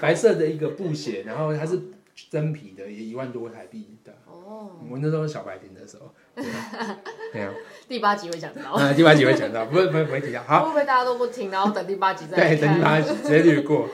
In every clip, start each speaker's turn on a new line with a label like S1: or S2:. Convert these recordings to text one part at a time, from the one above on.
S1: 白色的一个布鞋，然后它是真皮的，也一万多台币的。
S2: 哦，
S1: 我那时候小白领的时 候，对啊，
S2: 第八集会讲到，
S1: 啊，第八集会讲到，不会不会不会提到。好，
S2: 会不会大家都不听，然后等第八集再来
S1: 对，等
S2: 看？
S1: 你把它直接略过。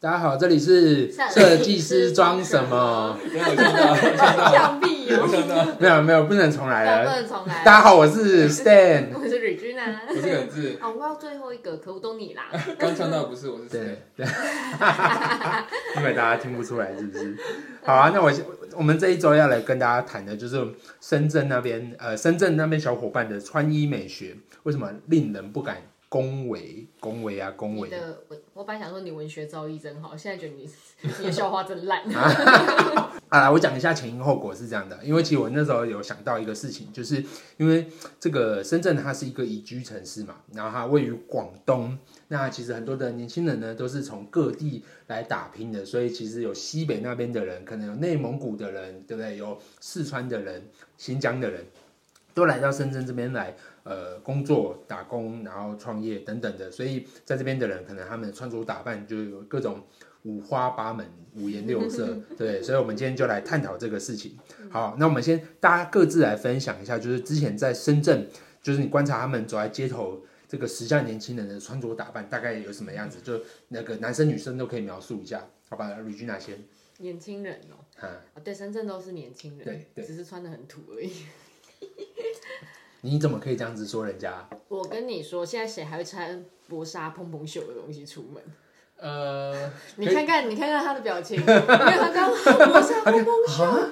S1: 大家好，这里是设计师装什么？
S3: 没有看到，
S2: 讲屁
S3: 没有
S2: 哦！
S3: 看到，
S1: 没有没有，不能重来
S2: 不
S1: 了。
S2: 能重来。
S1: 大家好，我是 Stan。
S2: 我是 Regina。
S3: 我是耿 志，
S2: 好，我要最后一个，可恶，都你啦！
S3: 刚呛到不是，我是
S1: 对
S3: 谁？
S1: 对， 因为大家听不出来是不是？好啊，那我先我们这一周要来跟大家谈的就是深圳那边呃，深圳那边小伙伴的穿衣美学，为什么令人不敢恭维恭维啊恭
S2: 你
S1: 维？
S2: 的我我本来想说你文学造诣真好，现在觉得你你的笑话真烂。
S1: 好啦，我讲一下前因后果是这样的，因为其实我那时候有想到一个事情，就是因为这个深圳它是一个宜居城市嘛，然后它位于广东，那其实很多的年轻人呢都是从各地来打拼的，所以其实有西北那边的人，可能有内蒙古的人，对不对？有四川的人、新疆的人，都来到深圳这边来。呃，工作、打工，然后创业等等的，所以在这边的人，可能他们穿着打扮就有各种五花八门、五颜六 色，对，所以我们今天就来探讨这个事情。好，那我们先大家各自来分享一下，就是之前在深圳，就是你观察他们走在街头，这个时下年轻人的穿着打扮大概有什么样子，就那个男生女生都可以描述一下，好吧？吕君哪先？
S2: 年轻人哦、
S1: 啊，
S2: 啊对，深圳都是年轻人，
S1: 对对
S2: 只是穿的很土而 已。
S1: 你怎么可以这样子说人家？
S2: 我跟你说，现在谁还会穿薄纱蓬蓬袖的东西出门？
S3: 呃，
S2: 你看看，你看看他的 表情，因为他刚薄纱蓬蓬袖。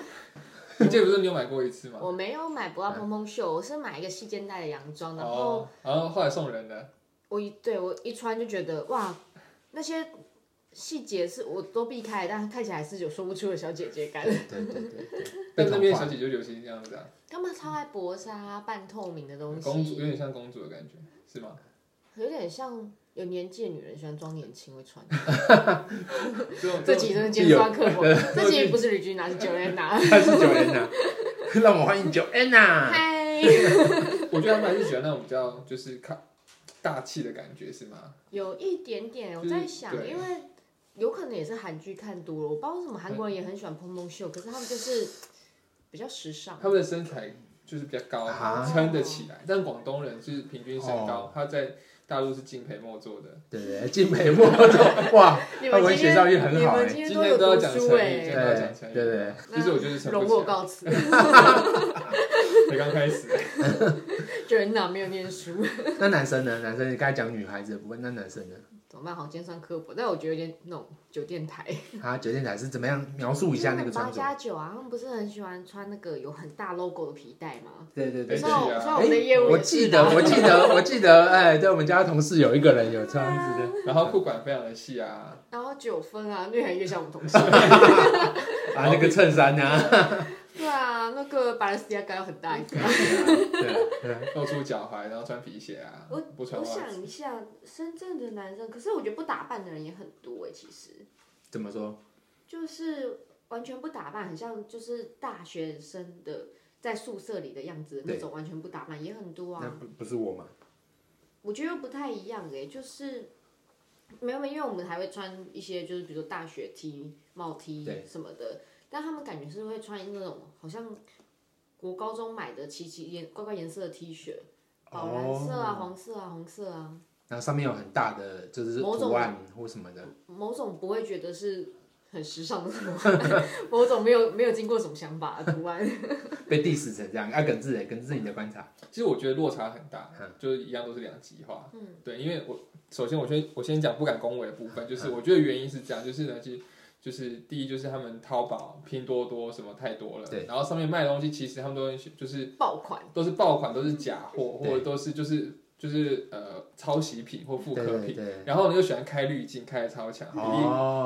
S3: 你记得不是你有买过一次吗？嗯
S2: 我没有买薄纱蓬蓬袖，我是买一个细肩带的洋装，然后
S3: 哦，然后后来送人的，
S2: 我一对我一穿就觉得哇，那些细节是我都避开，但看起来还是有说不出的小姐姐感。
S1: 对对 对对对，
S3: 但那
S1: 被
S3: 边
S1: 同
S3: 小
S1: 化
S3: 姐就流行这样子啊，
S2: 干嘛超爱薄纱、半透明的东
S3: 公主
S2: 西，
S3: 有点像公主的感觉，是 吗？
S2: 有点像有年纪的女人喜欢装年轻会 穿。
S3: 就
S2: 这集真的尖酸刻薄，这集 不是 Regina 是 Joanna。
S1: 他是九 N 呐， 让我们欢迎九 N 呐。
S2: 嗨，
S3: 我觉得他们还是喜欢那种比较就是看大气的感觉，是吗？
S2: 有一点点我在想，
S3: 嗯对
S2: 因为有可能也是韩剧看多了，我不知道为什么韩国人也很喜欢蓬蓬袖，可是他们就是比较时尚。
S3: 他们的身材就是比较高
S1: 啊，哦
S3: 撑得起来。但广东人就是平均身高，他在大陆是敬陪末座的。
S1: 对对，对敬陪末座，哇，
S2: 你
S1: 他
S2: 们
S1: 文
S2: 今
S1: 学
S2: 天
S1: 造诣很
S2: 你
S1: 好
S2: 们
S1: 哎，
S2: 今天
S3: 今
S2: 都
S3: 天
S2: 有
S3: 都要
S2: 读
S3: 讲成
S2: 书
S3: 语，今
S2: 哎，
S3: 天都要讲成语。
S1: 对对对
S3: 其实我就是
S2: 容
S3: 成
S2: 我
S3: 不起
S2: 告辞，
S3: 来，才刚开始。
S2: Joanna 没有念书，
S1: 那男生呢？男生你刚才讲女孩子的部分，那男生呢？
S2: 怎么办？好尖酸刻薄，但我觉得有点那种酒店台。
S1: 啊，酒店台是怎么样描述一下那个
S2: 八
S1: 穿着？
S2: 加九啊，他们不是很喜欢穿那个有很大 logo 的皮带吗？
S1: 对对对，
S3: 哎
S2: 所
S1: 对
S2: 以
S3: 是
S2: 我，
S3: 啊
S2: 所以我们的业务
S1: 我
S2: 也是
S1: 记
S2: 啦
S1: 得，我记得，我记得，哎，对我们家同事有一个人有这样子的
S3: 然后裤管非常的细啊，
S2: 然后九分啊，越来越像我们同事。
S1: 啊，那个衬衫啊，
S2: 对啊，那个巴伦斯亚要很大一个。
S1: 对啊，
S3: 露出脚踝，然后穿皮鞋啊，不穿
S2: 我
S3: 袜子。
S2: 想一下，深圳的男生，可是我觉得不打扮的人也很多哎、其实
S1: 怎么说？
S2: 就是完全不打扮，很像就是大学生的在宿舍里的样子，那种完全不打扮也很多
S1: 那
S2: 啊。
S1: 不不是我嘛？
S2: 我觉得不太一样哎、就是没有没有，因为我们还会穿一些就是比如说大学 T、帽 T
S1: 对
S2: 什么的，但他们感觉是会穿那种好像国高中买的奇奇颜怪怪颜色的 T 恤，
S1: 哦
S2: 宝蓝色啊、黄色啊、红色啊，
S1: 然后上面有很大的就是
S2: 某种
S1: 图案或什么的，
S2: 某种不会觉得是很时尚的图案， 某种没有没有经过什么想法的图案。
S1: 被 diss 成这样。啊，耿志哎，耿志你的观察，
S3: 其实我觉得落差很大，
S1: 嗯
S3: 就是一样都是两极化。嗯，对，因为我首先我先我先讲不敢恭维的部分，就是我觉得原因是这样，就是呢，其实就是第一就是他们淘宝、拼多多什么太多了，
S1: 对，
S3: 然后上面卖的东西其实他们都很喜就是
S2: 爆款，
S3: 都是爆款，都是假货，
S1: 对
S3: 或者都是就是就是呃抄袭品或复
S1: 对
S3: 刻
S1: 对
S3: 品，
S1: 对，
S3: 然后呢又喜欢开滤镜，开的超强，比例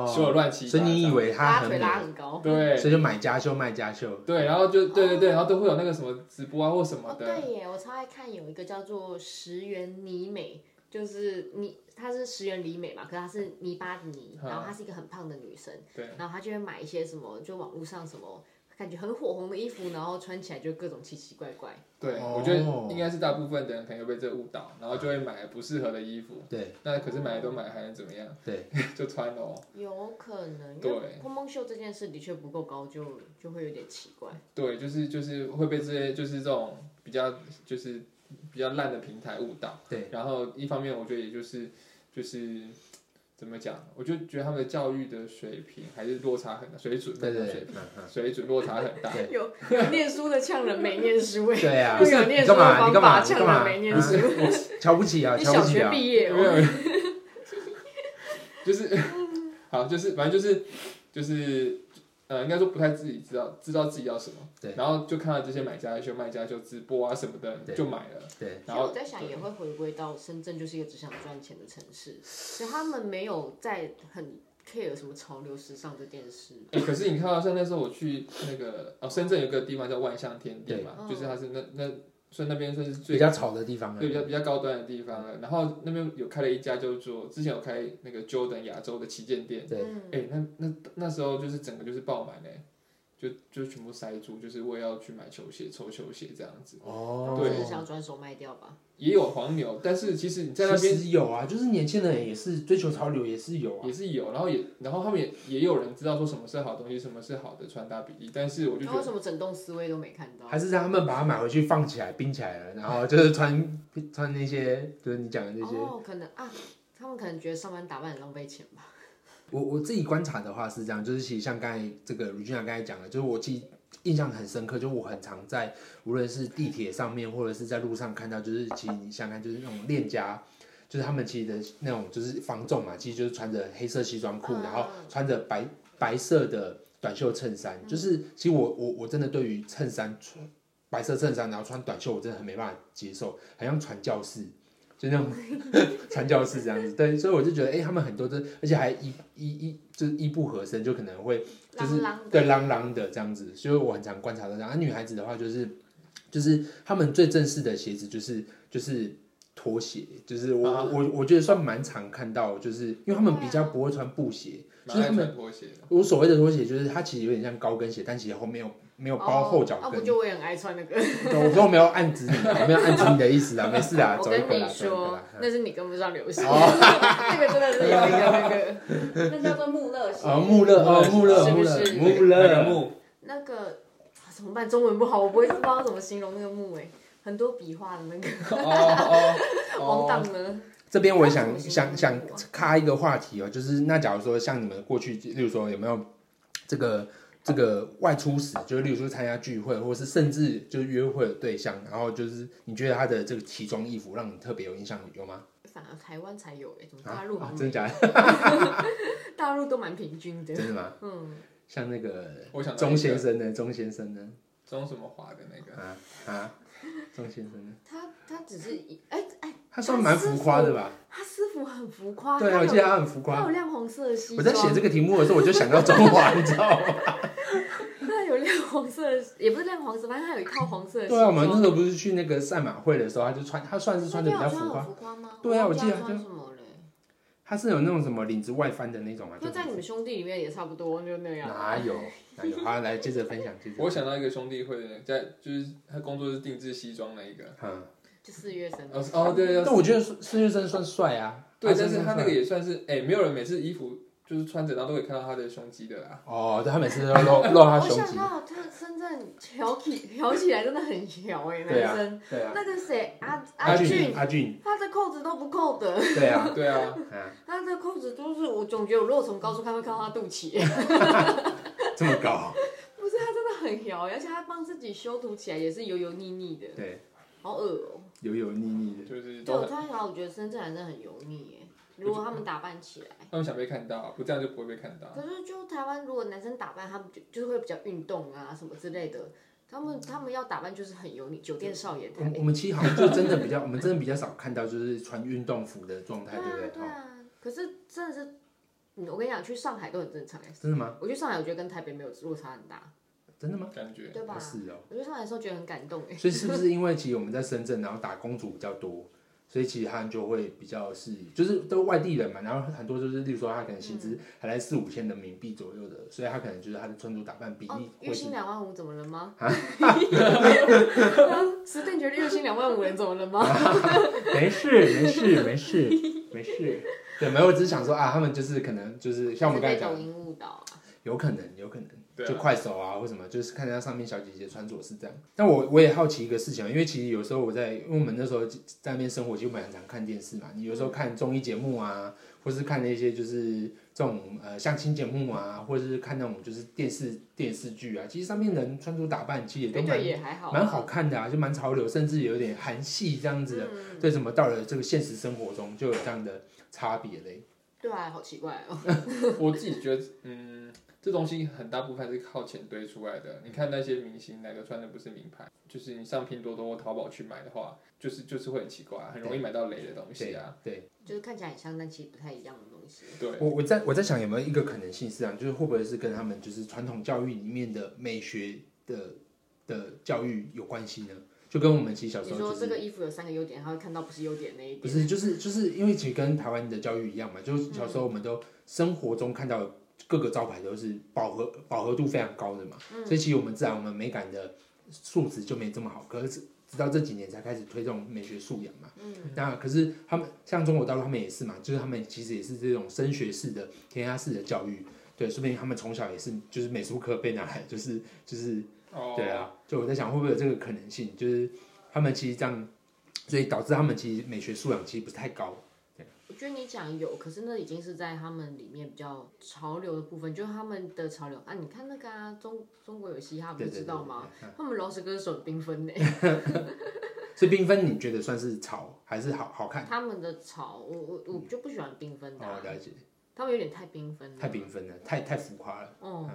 S3: 修
S1: 哦，
S3: 的乱七八
S1: 所以你以
S3: 糟，
S1: 为他
S2: 拉
S1: 很
S2: 腿
S1: 美，
S2: 拉很高。
S3: 对
S1: 所以就买家秀卖家秀，
S3: 对，然后就对对对，然后都会有那个什么直播啊或什么
S2: 哦，
S3: 的，
S2: 对耶，我超爱看有一个叫做石原里美，就是你，她是石原里美嘛，可是她是泥巴的泥，
S3: 嗯
S2: 然后她是一个很胖的女生，
S3: 对
S2: 然后她就会买一些什么，就网络上什么感觉很火红的衣服，然后穿起来就各种奇奇怪怪。
S3: 对，
S1: 哦
S3: 我觉得应该是大部分的人可能会被这误导，然后就会买不适合的衣服。
S1: 对
S3: 那可是买了都买了还能怎么样？
S1: 对，
S3: 就穿
S1: 哦
S3: 喽。
S2: 有可能，因
S3: 对
S2: 为蓬蓬袖这件事的确不够高，就就会有点奇怪。
S3: 对，就是就是会被这些就是这种比较就是比较烂的平台误导。
S1: 对，
S3: 然后一方面我觉得也就是就是怎么讲，我就觉得他们的教育的水平还是落差很大，水准
S1: 对对
S3: 水
S1: 对，嗯嗯，
S3: 水准落差 很大。
S1: 对
S2: 有有念书的呛人没念 书哎、
S1: 对啊，
S2: 不是有念
S1: 你
S2: 书
S1: 干
S2: 的
S1: 嘛？你
S2: 方
S1: 干嘛？
S2: 法
S1: 你
S2: 呛
S1: 干嘛？
S2: 人没念
S1: 啊
S2: 书。
S1: 瞧不起啊，
S2: 你
S1: 瞧
S2: 小
S1: 不起
S2: 学
S1: 啊！
S2: 毕业、
S3: 没
S2: 哦，
S3: 有，就是好，就是反正就是就是呃，应该说不太自己知道知道自己要什么，
S1: 对
S3: 然后就看到这些买家秀、卖家秀、直播啊什么的，
S1: 对
S3: 就买了，
S1: 对，
S2: 其
S3: 然
S2: 实我
S3: 后
S2: 在想，也会回归到深圳就是一个只想赚钱的城市，所以他们没有在很 care 什么潮流时尚这件事。
S3: 欸可是你看到像那时候我去那个哦，深圳有个地方叫万象天地嘛，
S2: 对
S3: 就是它是那那所以那边算是最
S1: 比较吵的地方啊
S3: 对，比较比较高端的地方了。然后那边有开了一家叫做之前有开那个 Jordan 亚洲的旗舰店，
S1: 对
S2: 嗯，
S3: 哎、那那那时候就是整个就是爆满嘞、就就全部塞住，就是为要去买球鞋、抽球鞋这样子。
S1: 哦，
S3: 对
S2: 只是想要转手卖掉吧。
S3: 也有黄牛，但是其实你在那
S1: 其
S3: 边
S1: 实有啊，就是年轻人也是追求潮流，也是有啊
S3: 也。是有，然后也然后他们也也有人知道说什么是好东西，什么是好的穿搭比例，但是我就
S1: 哦
S3: 觉
S2: 那为
S3: 得
S2: 什么整栋思维都没看到？
S1: 还是让他们把它买回去放起来冰起来了，然后就是穿穿那些，就是你讲的那些。
S2: 哦，可能啊，他们可能觉得上班打扮很浪费钱吧。
S1: 我我自己观察的话是这样，就是其实像刚才这个 Regina 刚才讲的，就是我记印象很深刻，就我很常在无论是地铁上面或者是在路上看到，就是其实你想想看，就是那种链家。就是他们其实的那种就是防重嘛，其实就是穿着黑色西装裤，
S2: 嗯
S1: 然后穿着白白色的短袖衬衫。就是其实我我我真的对于衬衫穿白色衬衫，然后穿短袖，我真的很没办法接受，好像传教士，就那种 传教士这样子。对，所以我就觉得，哎、他们很多都，而且还衣衣衣就是衣不合身，就可能会就是
S2: 浪浪
S1: 对，啷啷的这样子，所以我很常观察到这样。啊，女孩子的话就是，就是她们最正式的鞋子就是就是拖鞋，就是我、
S3: 啊
S1: 我我觉得算蛮常看到，就是因为她们比较不会穿布鞋，就是
S3: 蛮爱
S1: 他们
S3: 穿拖鞋的。
S1: 我所谓的拖鞋就是它其实有点像高跟鞋，但其实后面有没有包后脚
S2: 哦啊，
S1: 跟
S2: 不。就我也很爱穿那 个？
S1: 对我说我没有暗指你啊，我没有暗指你的意思啊，没事啊，
S2: 我
S1: 走一
S2: 跟
S1: 个啦，
S2: 你
S1: 走一嗯个
S2: 说
S1: 啦。，
S2: 那是你跟不上流
S1: 哦
S2: 行， 那个真的是有一个那个
S4: 那叫做穆勒鞋。
S1: 啊，穆勒，哦，穆勒，
S2: 是
S1: 穆
S2: 不
S1: 勒
S2: 是，
S1: 穆
S3: 那个
S1: 勒，
S3: 木
S2: 那个、啊怎么办？中文不好，我不会不知道怎么形容那个木哎、很多笔画的那个
S3: 哦哦
S2: 王
S3: 哦
S2: 党呢？
S1: 这边我也
S2: 那
S1: 想
S2: 怎么
S1: 想
S2: 形容
S1: 想
S2: 啊
S1: 插一个话题哦，就是那假如说像你们过去，例如说有没有这个这个外出时，就是例如说参加聚会，或是甚至就是约会的对象，然后就是你觉得他的这个奇装异服让你特别有印象，有吗？
S2: 反而台湾才有哎、怎么
S1: 啊
S2: 大陆好
S1: 啊
S2: 像没
S1: 真的假
S2: 有、
S1: 的？
S2: 大陆都蛮平均 的。
S1: 真的吗？
S2: 嗯，
S1: 像那个
S3: 我想到一
S1: 钟
S3: 个
S1: 先生呢？钟先生呢？
S3: 中什么华的那个，
S1: 啊啊，钟先生呢？
S2: 他他只是一哎哎，
S1: 他算蛮浮夸的吧？
S2: 他师傅很浮夸，
S1: 对啊，
S2: 他
S1: 我
S2: 有
S1: 记得他很浮
S2: 他有
S1: 夸。
S2: 亮红色的西
S1: 我
S2: 装，
S1: 在写这个题目的时候，我就想到中华，你知道吗？
S2: 他有亮黄色的，也不是亮黄色，反正他有一套黄色的西
S1: 对啊，我
S2: 装。
S1: 们那时候不是去那个赛马会的时候，他就穿，他算是穿的比
S2: 他
S1: 较浮
S2: 有穿
S1: 夸
S2: 很。浮夸吗？
S1: 对啊
S2: 忘
S1: 我
S2: 记
S1: 记得就啊
S2: 他穿什么嘞？欸
S1: 他是有那种什么领子外翻的那种啊，
S2: 就在
S1: 很
S2: 你们兄弟里面也差不多，就那样。啊
S1: 哪有 哪有？好，啊来接着分享，接着。
S3: 我想到一个兄弟会的，在就是他工作是定制西装那一个。
S1: 嗯，
S2: 就四月生
S3: 哦哦对对
S1: 但我觉得孙月生算帅啊，
S3: 对，
S1: 他
S3: 但是他
S1: 算
S3: 那个
S1: 帅
S3: 也算是哎、没有人每次衣服就是穿着，然后都可以看到他的胸肌的啊啦。
S1: 哦，对他每次都露露他
S2: 我
S1: 胸
S2: 想
S1: 肌，
S2: 到他深圳挑起挑起来真的很挑哎、
S1: 对啊
S2: 男生。
S1: 对啊，
S2: 那个谁阿
S1: 阿
S2: 俊，
S1: 阿俊，
S2: 他的扣子都不扣的，
S1: 对啊，
S3: 对啊，
S1: 啊，
S2: 他的扣子都是我总觉得我如果从高处看会看到他肚脐，
S1: 这么高，
S2: 不是他真的很挑哎、而且他帮自己修图起来也是油油腻腻的，
S1: 对，
S2: 好恶哦、
S1: 油油腻腻的，
S3: 就是
S2: 对
S3: 都
S2: 我
S3: 很
S2: 突然想到，我觉得深圳男生很油腻哎、如果他们打扮起来，
S3: 他们想被看到，不这样就不会被看到。
S2: 可是就台湾如果男生打扮，他们就就是会比较运动啊什么之类的，他们他们要打扮就是很油腻，酒店少爷
S1: 我
S2: 台。
S1: 们我们其实好像就真的比较，我们真的比较少看到就是穿运动服的状态，
S2: 对
S1: 对不
S2: 啊，
S1: 对？
S2: 对
S1: 哦
S2: 啊。可是真的是，嗯我跟你讲，去上海都很正常哎。
S1: 真的吗？
S2: 我去上海，我觉得跟台北没有落差很大，
S1: 真的吗？
S3: 感觉
S2: 对吧
S1: 不？是哦，
S2: 我去上海的时候觉得很感动哎。
S1: 所以是不是因为其实我们在深圳，然后打工族比较多，所以其实他们就会比较是，就是都外地人嘛，然后很多就是，例如说他可能薪
S2: 嗯
S1: 资还在四五千人民币左右的，所以他可能就是他的穿着打扮比
S2: 哦
S1: 例，
S2: 月
S1: 会是
S2: 薪两万五怎么了吗？ 时定觉得月薪两万五人怎么了吗？
S1: 没事没事没事没事，对，没有，我只是想说啊，他们就是可能就是像我们刚才
S2: 被
S1: 讲
S2: 抖，音误导啊。
S1: 有可能，有可能，
S3: 对啊
S1: 就快手啊，或什么，就是看人家上面小姐姐穿着是这样。那我我也好奇一个事情啊，因为其实有时候我在，因为我们那时候在那边生活，其实我们很常看电视嘛，你有时候看综艺节目啊，或是看那些就是这种呃相亲节目啊，或者是看那种就是电视电视剧啊，其实上面人穿着打扮其实也都
S2: 对
S1: 蛮
S2: 对，也还好，
S1: 蛮好看的啊，就蛮潮流，甚至有点韩系这样子的。
S2: 嗯，
S1: 对，怎么到了这个现实生活中就有这样的差别嘞？
S2: 对啊，好奇怪哦。
S3: 我自己觉得，嗯，这东西很大部分是靠钱堆出来的。你看那些明星，哪个穿的不是名牌？就是你上拼多多、淘宝去买的话，就是就是会很奇怪啊、很容易买到雷的东西啊。
S1: 对。
S2: 就是看起来很像，但其实不太一样的东西。
S3: 对，
S1: 我我在我在想有没有一个可能性是这样，就是会不会是跟他们就是传统教育里面的美学的的教育有关系呢？就跟我们其实小时
S2: 你
S1: 候
S2: 说
S1: 就
S2: 这
S1: 是
S2: 个衣服有三个优点，他会看到不是优点那一
S1: 不
S2: 点。
S1: 是就是就是因为其实跟台湾的教育一样嘛，就是小时候我们都生活中看到各个招牌都是饱和饱和度非常高的嘛，
S2: 嗯
S1: 所以其实我们自然我们美感的素质就没这么好，可是直到这几年才开始推这种美学素养嘛。嗯，那可是他们像中国大陆他们也是嘛，就是他们其实也是这种升学式的填鸭式的教育，对，说不定他们从小也是就是美术课被拿来就是就是
S3: 哦，
S1: 对啊，就我在想会不会有这个可能性，就是他们其实这样，所以导致他们其实美学素养其实不太高。
S2: 我觉得你讲有，可是那已经是在他们里面比较潮流的部分，就是他们的潮流啊。你看那个啊，中中国有嘻哈，不
S1: 对
S2: 是
S1: 对
S2: 知
S1: 对
S2: 道
S1: 对
S2: 吗？
S1: 对
S2: 他们饶舌歌手很缤纷呢，
S1: 所以缤纷你觉得算是潮还是好好看？
S2: 他们的潮，我我我就不喜欢缤纷的啊、
S1: 哦，了解，
S2: 他们有点太缤纷了，
S1: 太缤纷了，太太浮夸了。
S2: 哦，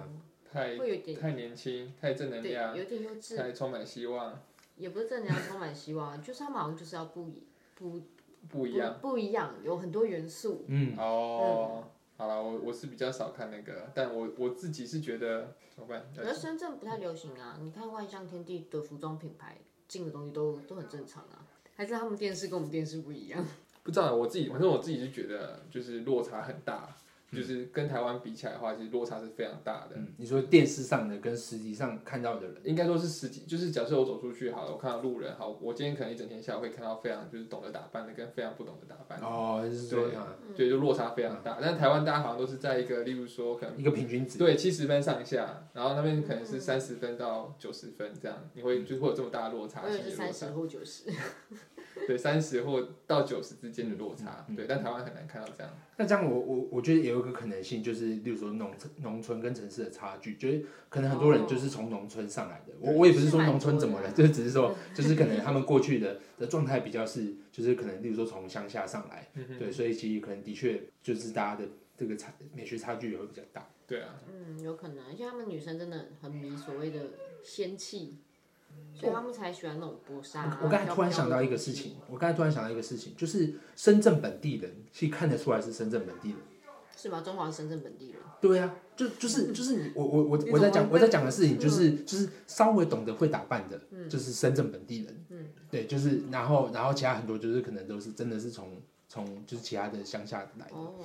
S3: 太
S2: 会有点
S3: 太年轻，太正能
S2: 对，
S3: 量，
S2: 有点幼稚，
S3: 太充满希望，
S2: 也不是正能量，充满希望，就是他们好像就是要不一不
S3: 不一样。
S2: 不不一样，有很多元素。
S1: 嗯，
S3: 哦，好了，我我是比较少看那个，但我我自己是觉得怎么办？
S2: 可是深圳不太流行啊，你看万象天地的服装品牌进的东西都都很正常啊，还是他们电视跟我们电视不一样。
S3: 不知道我自己，反正我自己是觉得就是落差很大，就是跟台湾比起来的话，其实落差是非常大的。
S1: 嗯，你说电视上的跟实际上看到的人，
S3: 应该说是实际，就是假设我走出去好了，我看到路人好，我今天可能一整天下午会看到非常就是懂得打扮的跟非常不懂得打扮，
S1: 哦，就是说
S3: 对
S1: 啊
S3: 对，就落差非常大。但台湾大家好像都是在一个，例如说可能
S1: 一个平均值。
S3: 对七十分上下，然后那边可能是三十分到九十分这样，你会就会有这么大的落差，
S2: 我以为
S3: 心
S2: 是
S3: 理落
S2: 三
S3: 差
S2: 十或九十，
S3: 对三十或到九十之间的落差，对，但台湾很难看到这样。
S1: 那这样我我我觉得也有一个可能性，就是例如说农村农村跟城市的差距，就是可能很多人就是从农村上来的。我
S3: 对
S1: 我也不是说
S2: 是蛮
S1: 农村怎么了，
S2: 多
S1: 就只是说就是可能他们过去的的状态比较是，就是可能例如说从乡下上来，
S3: 嗯哼
S1: 对，所以其实可能的确就是大家的这个差美学差距也会比较大。
S3: 对啊，
S2: 嗯，有可能，而且他们女生真的很迷所谓的仙气，所以他们才喜欢那种薄纱、啊。
S1: 我刚才突然想到一个事情，我刚才突然想到一个事情，就是深圳本地人其实看得出来是深圳本地人。
S2: 是吧？中华深圳本地人，
S1: 对啊，就就是就是你我我我
S3: 你
S1: 我在
S3: 怎么
S1: 讲
S3: 会
S1: 我在讲的事情就是就是稍微懂得会打扮的，就是深圳本地人，嗯，对，就是然后然后其他很多就是可能都是真的是从从就是其他的乡下来，
S2: 哦，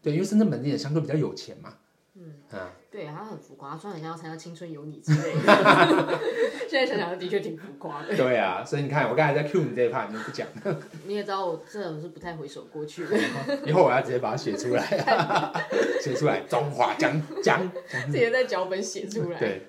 S1: 对，因为深圳本地人相对比较有钱嘛，嗯啊，
S2: 对，他很浮夸，他穿得很像要参加《青春有你》之类的。 现在想想，的确挺浮夸 的。
S1: 对啊，所以你看我刚才在 cue 你这一 part 你都不讲，
S2: 你也知道，我这种是不太回首过去的，
S1: 以后我要直接把它写出来，写出来，中华讲讲，
S2: 直接在脚本写出来。
S1: 对，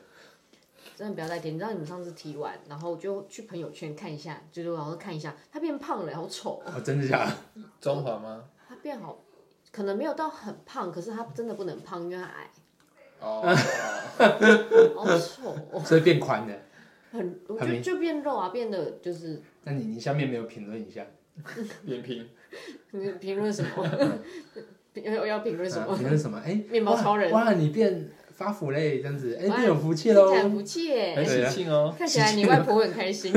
S2: 真的不要再提，你知道你们上次提完，然后就去朋友圈看一下，就是然后看一下，他变胖了，好丑、哦，
S1: 哦，真的假的？
S3: 中华吗？
S2: 他变好，可能没有到很胖，可是他真的不能胖，因为他矮，
S3: 哦，
S2: 好丑、哦，
S1: 所以变宽了，
S2: 很，我
S1: 很
S2: 就
S1: 明
S2: 就变肉啊，变得就是
S1: 那你你下面没有评论一下？
S3: 扁平，
S2: 你评论什么， 要要评论什
S1: 啊
S2: 么，
S1: 评论什么？哎，
S2: 面包超人
S1: 哇，哇你变发福嘞，这样子，哎，
S2: 哇
S1: 变有福气
S2: 看起来
S1: 喽。
S2: 很不气耶，
S3: 很喜庆哦。
S2: 看起来你外婆会很开心，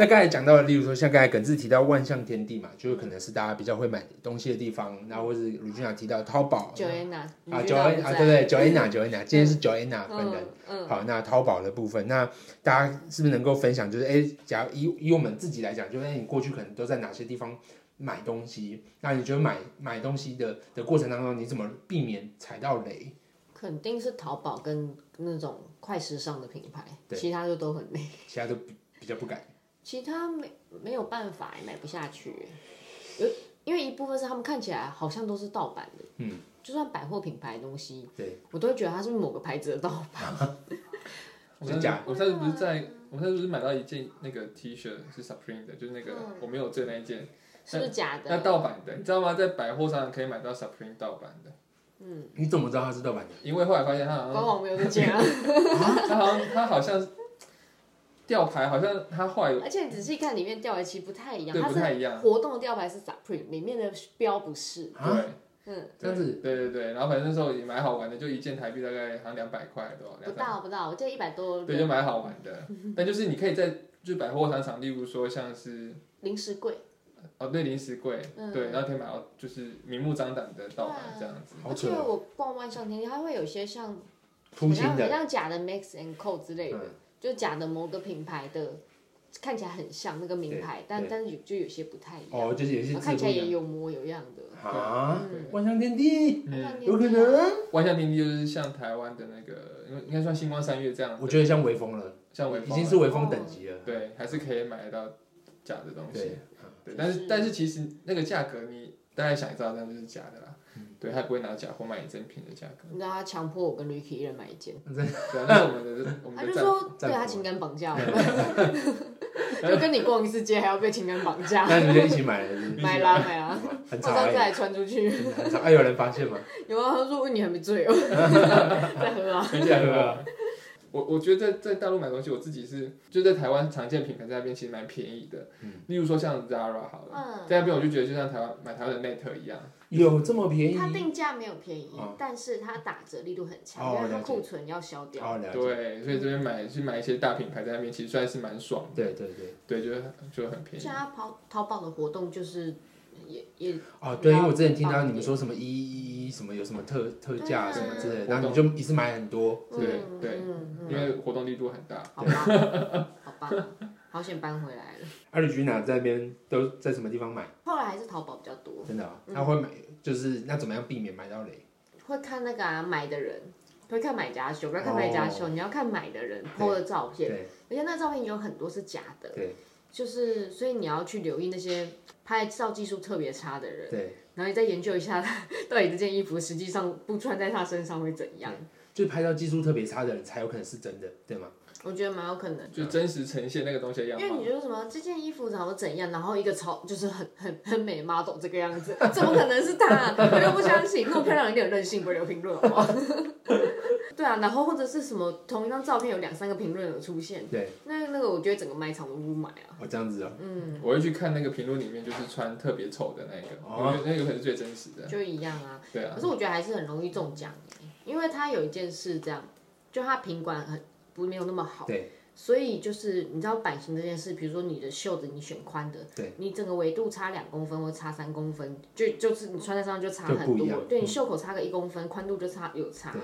S1: 那刚才讲到的，例如说像刚才耿志提到万象天地嘛，就是可能是大家比较会买东西的地方，然后或是卢俊雅提到淘宝
S2: 九 N 呐，
S1: 啊九 N 啊，对对九 N 啊九 N 啊，今天是九 N 啊本人。
S2: 嗯嗯，
S1: 好，那淘宝的部分，那大家是不是能够分享？就是，哎、假如以以我们自己来讲，就是、哎你过去可能都在哪些地方买东西？那你觉得买买东西的的过程当中，你怎么避免踩到雷？
S2: 肯定是淘宝跟那种快时尚的品牌，
S1: 对
S2: 其他就都很累，
S1: 其他都比比较不敢。
S2: 其他没没有办法买不下去，有因为一部分是他们看起来好像都是盗版的，
S1: 嗯，
S2: 就算百货品牌的东西，
S1: 对，
S2: 我都会觉得它是不是某个牌子的盗版，
S3: 我上
S1: 真
S3: 次
S1: 假
S3: 我上次不是在，我上次不是买到一件那个 T 恤是 Supreme 的，就是那个
S2: 嗯
S3: 我没有追那一件，
S2: 是不是假
S3: 那
S2: 的？
S3: 盗版的，你知道吗？在百货上可以买到 Supreme 盗版的，
S2: 嗯
S1: 你怎么知道它是盗版的？
S3: 因为后来发现它好
S2: 官
S3: 像
S2: 网没有这 样，
S3: 它好像它好像吊牌，好像它后来有
S2: 而且你仔细看里面吊牌其实不太一样，
S3: 对
S2: 它
S3: 不太一
S2: 是
S3: 样，
S2: 活动的吊牌是 Supreme，里面的标不是，
S1: 啊，
S3: 对。
S2: 嗯，
S1: 这样子
S3: 对对对，然后反正那时候也蛮好玩的，就一件台币大概好像两百块多少，
S2: 不
S3: 哦两三
S2: 到不到，我记得一百多，
S3: 对，就蛮好玩的。但就是你可以在就是百货商场，例如说像是
S2: 零食柜，
S3: 哦对零食柜，
S2: 嗯
S3: 对，然后可以买到就是明目张胆的盗版
S2: 对啊
S3: 这样子。
S1: 好
S2: 而
S1: 扯
S2: 且
S1: 哦，
S2: 我逛万象天地，它会有一些像
S1: 粗
S2: 很
S1: 心
S2: 像很
S1: 的，
S2: 像假的 Max and Co 之类的，
S1: 嗯
S2: 就假的某个品牌的，看起来很像那个名牌，但
S1: 对
S2: 但是有就有些不太一样，
S1: 哦，就是有一些
S2: 然
S1: 字
S2: 后看起
S1: 不
S2: 来
S1: 一
S2: 也
S1: 样
S2: 有模有样的。嗯
S1: 啊，
S3: 对
S1: 万象天地
S3: 嗯，
S2: 那
S1: 有可
S2: 你
S1: 能，
S3: 万象天地就是像台湾的那个，因为应该算星光三月这样，
S1: 我觉得像微风了，
S3: 像微风啊
S1: 已经是微风等级了，
S3: 对，还是可以买得到假的东西。
S1: 对，
S3: 哦
S2: 就是
S3: 对，但是但是其实那个价格你大概想也知道，但就是假的啦。对，他不会拿假货卖你真品的价格。
S2: 你知道他强迫我跟 Ricky 一人买一件，
S3: 对啊，那是我
S1: 嗯
S3: 们的我们
S2: 啊他
S3: 的
S2: 就
S3: 战
S2: 说
S1: 战
S2: 对
S1: 俘
S2: 他情感绑架我，
S1: 嗯
S2: 就跟你逛一次街还要被情感绑 架，
S1: 那你们就一起买了，是不是
S2: 买啦买啦，
S1: 很
S2: 我
S1: 吵
S2: 上次
S1: 哎，
S2: 还传出去，
S1: 很吵哎，有人发现吗？
S2: 有啊，他说问你还没醉 哦， 在喝啊，
S3: 很
S1: 假的。
S3: 我我觉得在在大陆买东西，我自己是就在台湾常见品牌在那边其实蛮便宜的，
S1: 嗯
S3: 例如说像 Zara 好了，
S2: 嗯，
S3: 在那边我就觉得就像台湾买台湾的 Net 一样，
S1: 有这么便宜？
S2: 它定价没有便宜
S1: 嗯，
S2: 但是它打折力度很
S1: 哦
S2: 强，因为它
S1: 了解
S2: 库存要消掉。
S1: 哦，了解，
S3: 对，所以这边买去买一些大品牌在那边其实算是蛮爽的，
S1: 对对对，
S3: 对，就是就很便宜
S2: 像。它淘淘宝的活动就是也也
S1: 哦对，因为
S2: 然后
S1: 我之前听到
S2: 放一
S1: 你们说什么一一一什么有什么特特价
S2: 对啊
S1: 什么之类的，
S3: 活动
S1: 然后你就一次买很多，
S3: 对
S2: 嗯
S3: 对
S2: 嗯
S3: 因
S2: 嗯，
S3: 为活动力度很大，
S2: 好吧，好吧，好险搬回来了。
S1: 阿里居哪在那边都在什么地方买？
S2: 后来还是淘宝比较多，
S1: 真的哦，他会买，就是那怎么样避免买到雷？
S2: 会看那个啊买的人，会看买家秀，不要看买家秀，你要看买的人 PO 的照片，
S1: 哦对
S2: 而且那照片有很多是假的，
S1: 对
S2: 就是所以你要去留意那些拍照技术特别差的人。
S1: 对，
S2: 然后你再研究一下，到底这件衣服实际上不穿在他身上会怎样？
S1: 就是拍照技术特别差的人才有可能是真的，对吗？
S2: 我觉得蛮有可能，
S3: 就真实呈现那个东西
S2: 嗯
S3: 的
S2: 因
S3: 样
S2: 为
S3: 貌
S2: 你。觉得什么这件衣服长得怎样，然后一个超就是很很很美 model 这个样子，怎么可能是他？我又不相信，那么漂亮人一定有任性，不会留评论好不 好？对啊，然后或者是什么同一张照片有两三个评论有出现，
S1: 对，
S2: 那那个我觉得整个卖场都不买啊。
S1: 哦这样子哦，
S2: 嗯，
S3: 我会去看那个评论里面，就是穿特别丑的那个，
S1: 哦
S3: 我觉得那个可能是最真实的。
S2: 就一样啊。
S3: 对啊
S2: 可，是我觉得还是很容易中奖耶，因为他有一件事这样，就他品管很不没有那么好。
S1: 对
S2: 所以就是你知道版型这件事，比如说你的袖子你选宽的，
S1: 对，
S2: 你整个维度差两公分或差三公分，就就是你穿在身上就差
S1: 就
S2: 很
S1: 不一
S2: 多
S1: 样，嗯
S2: 对你袖口差个一公分，宽度就差有差
S1: 对。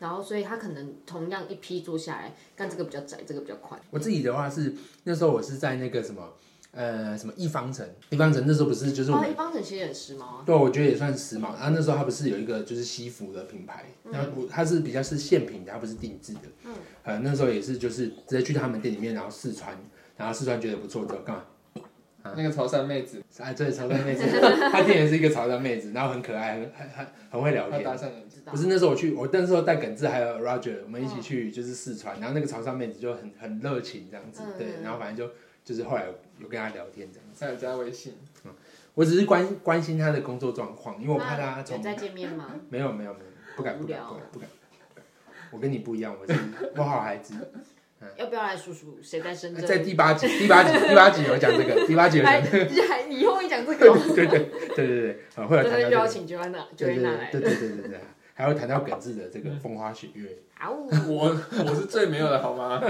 S2: 然后，所以他可能同样一批做下来，干这个比较窄，这个比较宽。
S1: 我自己的话是那时候我是在那个什么呃什么一方城，一方城那时候不是就是我
S2: 哦，
S1: 们
S2: 一方城其实也很时髦啊。
S1: 对，我觉得也算时髦。然后那时候它不是有一个就是西服的品牌，然
S2: 嗯
S1: 后我它是比较是现品的，它不是定制的。嗯，呃，那时候也是就是直接去他们店里面，然后试穿，然后试穿觉得不错之后干嘛？
S3: 那个潮汕妹子，
S1: 啊，对，潮汕 妹子，她店员是一个潮汕妹子，然后很可爱，很很很很会聊
S3: 她
S1: 天。
S3: 搭讪人
S2: 知道
S1: 不是那时候我去，我那时候带耿志还有 Roger，我们一起去就是试穿，然后那个潮汕妹子就很很热情这样子，
S2: 嗯
S1: 对，然后反正就就是后来有有跟她聊天这样。
S3: 才有加 微信，
S1: 我只是关关心她的工作状况，因为我怕她
S2: 那
S1: 从
S2: 有再见面吗？
S1: 没有没有没有，不敢不
S2: 无
S1: 敢
S2: 聊
S1: 不敢不敢。我跟你不一样，我是我好孩子。
S2: 要不要来数数谁在深圳？
S1: 在第八集，第八集，第八集有讲这个，第八集有
S2: 还
S1: 讲这
S2: 还以后会讲这
S1: 个
S2: 个，，
S1: 对对对对对对，啊会有
S2: 真
S1: 谈到
S2: 的
S1: 这
S2: 就要
S1: 个，
S2: 请 Joanna
S1: 对对
S2: Joanna 来
S1: 对对对对对对。还会谈到耿志的这个风花雪月。
S2: 啊呜，
S3: 我我是最没有的好吗？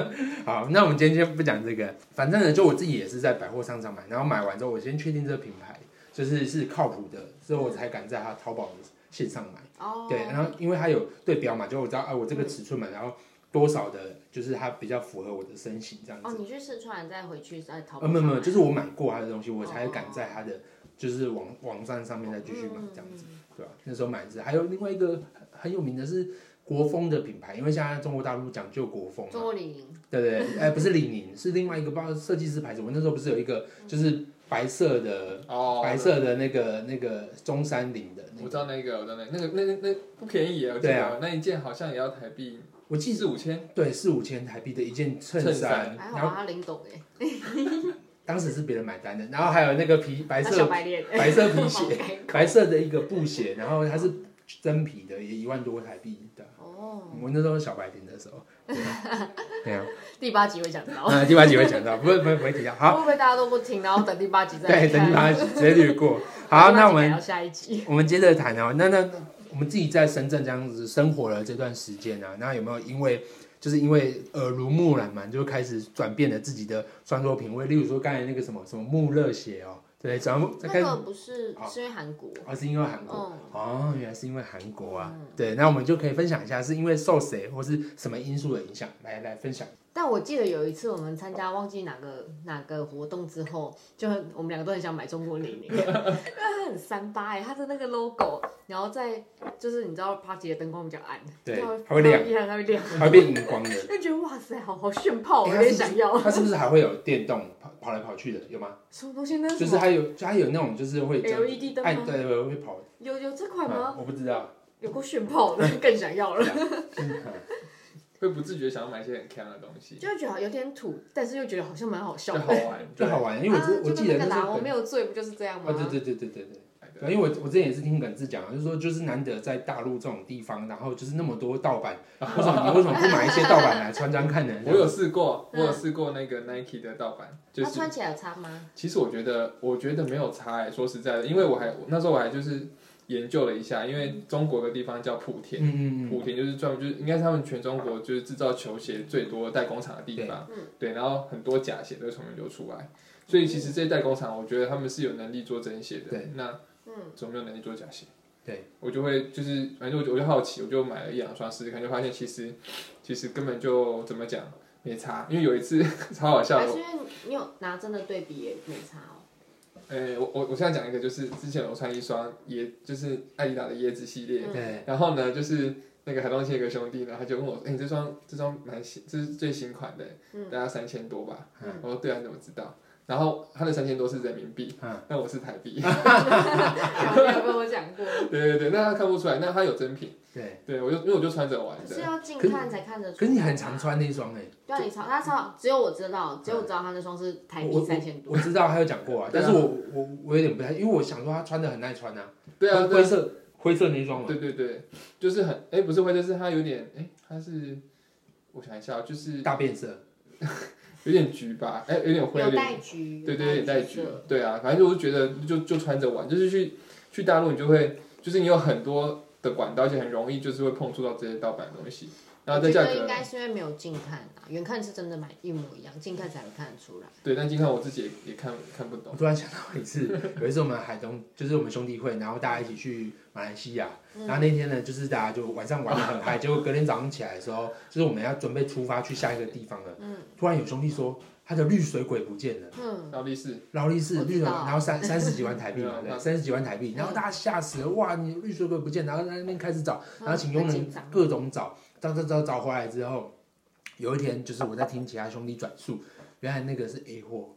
S1: 好，那我们今天先不讲这个，反正呢，就我自己也是在百货商场买，然后买完之后，我先确定这个品牌就是是靠谱的，之后我才敢在它淘宝线上买。
S2: 哦，
S1: 对，然后因为它有对标嘛，就我知道啊，我这个尺寸嘛，然后多少的，就是它比较符合我的身形这样
S2: 哦，
S1: 子。
S2: 你去试穿，再回去再淘宝
S1: 呃，
S2: 上
S1: 没
S2: 买，
S1: 有没有，就是我买过它的东西，我才敢
S2: 哦
S1: 在它的就是网网站上面再继续买这样
S2: 嗯
S1: 子，对吧、啊那时候买的是，还有另外一个很很有名的是国风的品牌，因为现在中国大陆讲究国风嘛，
S2: 中国李宁，
S1: 对对，对哎，不是李宁，是另外一个不知道设计师牌子。我那时候不是有一个就是白色的、
S3: 哦，
S1: 白色的那个那个中山陵的那
S3: 我
S1: 个，
S3: 知道那个，我知道那个，那个那那那不便宜耶，我记
S1: 对
S3: 得、
S1: 啊
S3: 那一件好像也要台币
S1: 我记
S3: 四五千，
S1: 对四五千台币的一件衬
S3: 衬
S1: 衫，
S2: 还
S3: 衫
S1: 然
S2: 好
S1: 后
S2: 吧，他林董哎，
S1: 当时是别人买单的，然后还有那个皮白
S2: 他哎小
S1: 色
S2: 白脸，
S1: 白色皮
S2: 好
S1: 鞋，
S2: 尴尬
S1: 白色的一个布鞋，然后它是真皮的，也一万多台币的。
S2: 哦，
S1: 我那时候小白领的时候，对啊，
S2: 第八集会讲到，
S1: 那第八集会讲到，不会不会不会提到。好，
S2: 会不会大家都不听，然后等第八 集再
S1: 对，等第
S2: 看
S1: 八集 直接略过。好，
S2: 第八集
S1: 那我们
S2: 改到下一集，
S1: 我们接着谈哦，那那我们自己在深圳这样子生活了这段时间啊，那有没有因为就是因为呃耳濡目染嘛，就开始转变了自己的穿着品味？例如说刚才那个什么什么穆勒鞋哦，对，然后再
S2: 那
S1: 开始
S2: 个不是
S1: 好
S2: 是因为韩国，
S1: 哦，是因为韩国、
S2: 嗯，
S1: 哦，原来是因为韩国啊
S2: 嗯，
S1: 对，那我们就可以分享一下是因为受谁或是什么因素的影响，来来分享。
S2: 但我记得有一次我们参加忘记哪个哪个活动之后，就很我们两个都很想买中国李 宁，因为它很三八哎、它的那个 logo，然后在就是你知道 party 的灯光比较暗，
S1: 对
S2: 它会
S1: 它会亮
S2: 它会亮，
S1: 它会变荧光的，
S2: 就觉得哇塞，好好炫炮，我
S1: 哎
S2: 有点想要。
S1: 它是不是还会有电动跑跑来跑去的？有吗？
S2: 什么东西呢？
S1: 就
S2: 什
S1: 是
S2: 么
S1: 它有，就它有那种就是会这样
S2: LED 灯
S1: 哎，
S2: 吗？
S1: 对，对会跑。
S2: 有有这款
S3: 哎
S2: 吗？
S1: 嗯我不知道。
S2: 有够炫炮的，更想要了，
S3: 会不自觉想要买一些很坑的东西，
S2: 就会觉得有点土，但是又觉得好像蛮好笑的。
S3: 就好玩，
S1: 就好
S3: 玩。
S1: 玩，因为我
S2: 啊
S1: 我
S2: 就
S1: 记
S2: 跟
S1: 得那
S2: 那个
S1: 时
S2: 啦，
S1: 候
S2: 我
S1: 耿
S2: 没有醉，不就是这样吗？
S1: 啊，对对对对对对，对，
S3: 对
S1: 因为我我之前也是听耿志讲，啊就是说就是难得在大陆这种地方，然后就是那么多盗 版，为什么你为什么不买一些盗版来穿穿看呢？
S3: 我有试过，我
S2: 嗯
S3: 有试过那个 Nike 的盗版，就
S2: 它
S3: 是
S2: 穿起来有差吗？
S3: 其实我觉得，我觉得没有差哎、说实在的，因为我还我那时候我还就是研究了一下，因为中国有个地方叫莆田，
S1: 嗯嗯嗯，
S3: 莆田就是专门就是应该是他们全中国就是制造球鞋最多的代工厂的地方，
S2: 对嗯
S3: 对，然后很多假鞋都从那边流出来，所以其实这些代工厂我觉得他们是有能力做真鞋的，
S1: 对，
S3: 那
S2: 嗯，
S3: 怎么没有能力做假鞋？
S1: 对，
S3: 我就会就是反正我就我就好奇，我就买了一两双试试看，就发现其实其实根本就怎么讲没差，因为有一次 超好笑
S2: 还
S3: 的，
S2: 是因为你有拿真的对比也没差哦。
S3: 呃，我我我现在讲一个就是之前我穿一双椰就是艾迪达的椰子系
S2: 嗯
S3: 列，
S1: 对，
S3: 然后呢，就是那个海东线有个兄弟呢，他就问我，哎、你这双这双蛮新，这是最新款的，
S2: 嗯
S3: 大概三千多吧。
S1: 嗯
S3: 我说对啊，你怎么知道？然后他的三千多是人民币，
S1: 嗯
S3: 那我是台币。
S2: 有没有跟我讲过？
S3: 对对对，那他看不出来，那他有真品。
S1: 对。
S3: 对我就因为我就穿着玩
S2: 可是
S3: 的，
S2: 要近看才看得出。
S1: 可是你很常，穿那双哎，
S2: 对啊，你常他常只有我知道，只有我知道他那双是台
S1: 我
S2: 币三千多
S1: 我，知道他有讲过啊，
S3: 对
S1: 但
S3: 啊
S1: 是我我我有点不太，因为我想说他穿的很耐穿啊，
S3: 对啊对
S1: 灰
S3: 啊
S1: 色灰色那双嘛，
S3: 对对对，就是很哎、不是灰色，是它有点哎、它是我想一下哦，就是
S1: 大变色，
S3: 有点橘吧，哎、有点灰，有
S2: 有
S3: 点
S2: 带橘，
S3: 对对，有点带橘
S2: 色，
S3: 对啊，反正我就觉得就就穿着玩，就是去去大陆，你就会就是你有很多的管道，而且很容易就是会碰触到这些盗版的东西，然后在
S2: 我觉
S3: 价
S2: 得应
S3: 格，
S2: 该是因为没有近看啊，远看是真的买一模一样，近看才会看得出来。
S3: 对，但今天我自己也也看看不懂
S1: 我，突然想到一次，有一次我们海东就是我们兄弟会，然后大家一起去马来西亚，
S2: 嗯
S1: 然后那天呢，就是大家就晚上玩的很嗨，结果隔天早上起来的时候，就是我们要准备出发去下一个地方了。
S2: 嗯
S1: 突然有兄弟说他的绿水鬼不见了，
S2: 嗯，
S3: 劳力士，
S1: 劳力士
S2: 我
S1: 绿
S2: 知
S1: 水，
S2: 道
S1: 然后三三十几万台币嘛，
S3: 对
S1: 对，
S3: 啊
S1: 三十几万台币，然后大家吓死了，哇，你绿水鬼不见，然后在那边开始找，然后请佣
S2: 很
S1: 人
S2: 嗯紧张
S1: 各种找，找找找找回来之后，有一天就是我在听其他兄弟转述，原来那个是 A 货，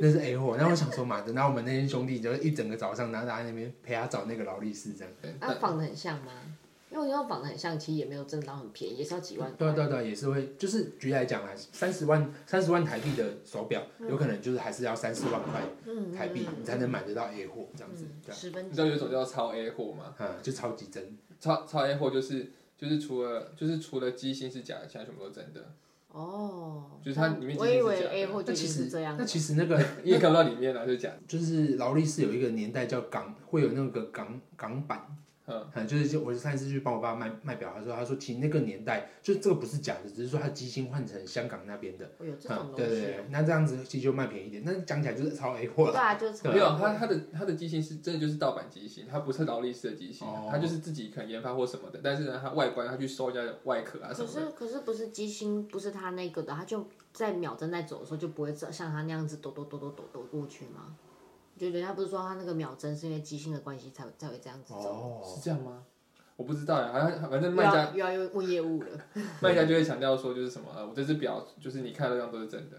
S1: 那是 A 货，然后我想说嘛，等到我们那些兄弟就是一整个早上，然后大家在那边陪他找那个劳力士这样。
S3: 对
S2: 那仿的很像吗？因为我觉得仿的很像，其实也没有真的到很便宜，也是要几万
S1: 对啊
S2: 块。
S1: 对啊对啊，也是会，就是举例来讲啦，啊三十万三十万台币的手表，
S2: 嗯
S1: 有可能就是还是要三四万块
S2: 嗯，
S1: 台币，
S2: 嗯
S1: 你才能买得到 A 货这样子，
S2: 嗯
S1: 对啊，
S2: 十分
S3: 你知道有一种叫超 A 货吗？
S1: 嗯，就超级真，
S3: 超超 A 货就是就是除了就是除了机芯是假的，其他全部都真的，
S2: 哦，
S3: 就是它里面
S2: 我
S3: 其实
S2: 以
S3: 是
S2: 为
S3: 假的
S2: A 货
S1: 那
S2: 就
S1: 其
S2: 定
S1: 实
S2: 是这样
S1: 那，其实那个
S3: 你也看不到里面啊，就是假的。
S1: 就是劳力士有一个年代叫港，会有那个港港版，
S3: 嗯
S1: 啊，就是就我上一次去帮我爸卖卖表，他说他说其实那个年代就是这个不是假的，只是说他机芯换成香港那边的，
S2: 哎呦，这
S1: 嗯
S2: 种，东
S1: 对对
S2: 西
S1: 对，那这样子其实就卖便宜一点，那讲起来就是超 A 货
S2: 哦，对
S1: 了，
S2: 啊，就是
S3: 没有，他他的他的机芯是真的就是盗版机芯，它不是劳力士的机芯
S1: 哦，
S3: 它就是自己可能研发或什么的，但是呢，它外观它去收人家的外壳啊什
S2: 可
S3: 么的。
S2: 是可是不是机芯不是他那个的，他就在秒针在走的时候就不会走像他那样子抖抖抖抖抖抖过去吗？就人家不是说他那个秒针是因为机芯的关系才才会这样子走？
S1: 哦
S3: 是，这样吗？我不知道呀，好像反正
S2: 又
S3: 卖家
S2: 要又要又问业务了
S3: 卖家就会强调说，就是什么，呃，我这只表就是你看到这样都是真的，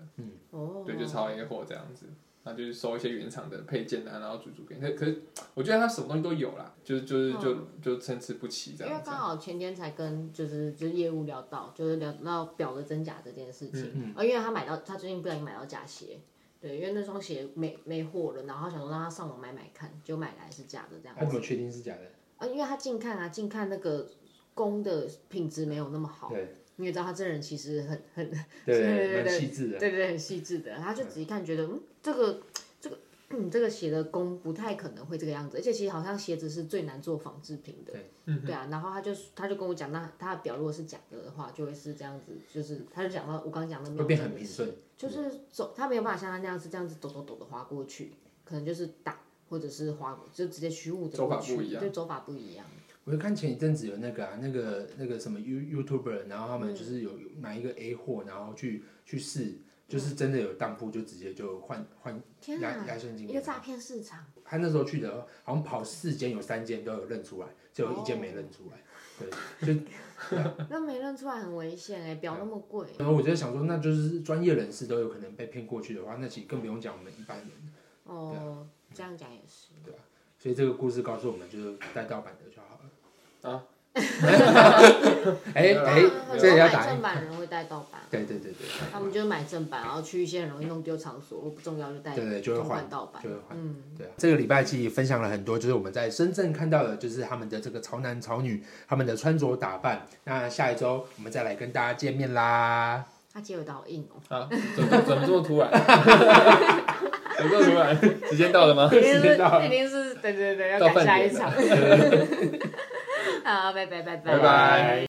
S2: 哦，
S3: 嗯对，就超 A 货这样子，那就是收一些原厂的配件啊，然后组组给你。可可是我觉得它什么东西都有啦，就是就是就就参差不齐这
S2: 因为
S3: 样子
S2: 刚。好前天才跟就是就是业务聊到，就是聊到表的真假这件事情。
S1: 嗯
S2: 呃，因为他买到他最近不小心买到假鞋，对，因为那双鞋没没货了，然后想说让他上网买买看，就买来是假的这样
S1: 他怎
S2: 子。
S1: 么确定是假的？
S2: 呃，因为他近看啊，近看那个公的品质没有那么哦好。
S1: 对
S2: 你也知道他这人其实很很
S1: 对
S2: 对对
S1: 对，蛮
S2: 对
S1: 细致的，
S2: 对对很细致的，他就仔细看觉得嗯这个这个嗯这个鞋的工不太可能会这个样子，而且其实好像鞋子是最难做仿制品的。
S3: 嗯
S2: 对啊，然后他就他就跟我讲，那他的表如果是假的的话，就会是这样子，就是他就讲到我刚刚讲的秒针
S1: 会
S2: 的
S1: 变很
S2: 事
S1: 平顺，
S2: 就是走他没有办法像他那样是这样子抖抖抖的划过去，可能就是打或者是划就直接虚无的
S3: 走法
S2: 过去
S3: 不一样
S2: 对，走法不一样。
S1: 我就看前一阵子有那个啊，那个那个什么 You YouTuber，然后他们
S2: 嗯
S1: 就是有买一个 A 货，然后去去试，就是
S2: 嗯
S1: 真的有当铺就直接就换换
S2: 天
S1: 压
S2: 啊，
S1: 压现金
S2: 一
S1: 给
S2: 个
S1: 他。
S2: 诈骗市场。
S1: 他那时候去的，好像跑四间有三间都有认出来，只有一间没认出来。
S2: 那没认出来很危险哎、表
S1: 啊
S2: 那么贵，
S1: 然后我就在想说，那就是专业人士都有可能被骗过去的话，那其实更不用讲我们一般人。啊
S2: 哦，这样讲也是。
S1: 所以这个故事告诉我们，就是带盗版的就好了。
S3: 啊，
S1: 哎
S3: 对啊
S1: 哎，
S2: 很
S1: 这
S2: 多
S1: 也要
S2: 买
S1: 打
S2: 正
S1: 印。
S2: 版人会带盗版，
S1: 对对对对
S2: 他们就是买正版，然后去一些很容易弄丢场所或不重要就带
S1: 对对，就会
S2: 更
S1: 换
S2: 换盗版
S1: 就。会换。
S2: 嗯，
S1: 对啊，这个礼拜其实分享了很多，就是我们在深圳看到的，就是他们的这个潮男潮女，他们的穿着打扮。那下一周我们再来跟大家见面啦。
S2: 他结尾的好硬哦。
S3: 啊，怎么怎么这么突然？ 怎么这么突然？时间到了吗？
S2: 一 定
S1: 时间
S2: 是
S1: 到了
S2: 一定是对对对，要
S3: 到
S2: 赶
S3: 饭
S2: 下一
S3: 点
S2: 场。好，拜拜拜拜
S3: 拜拜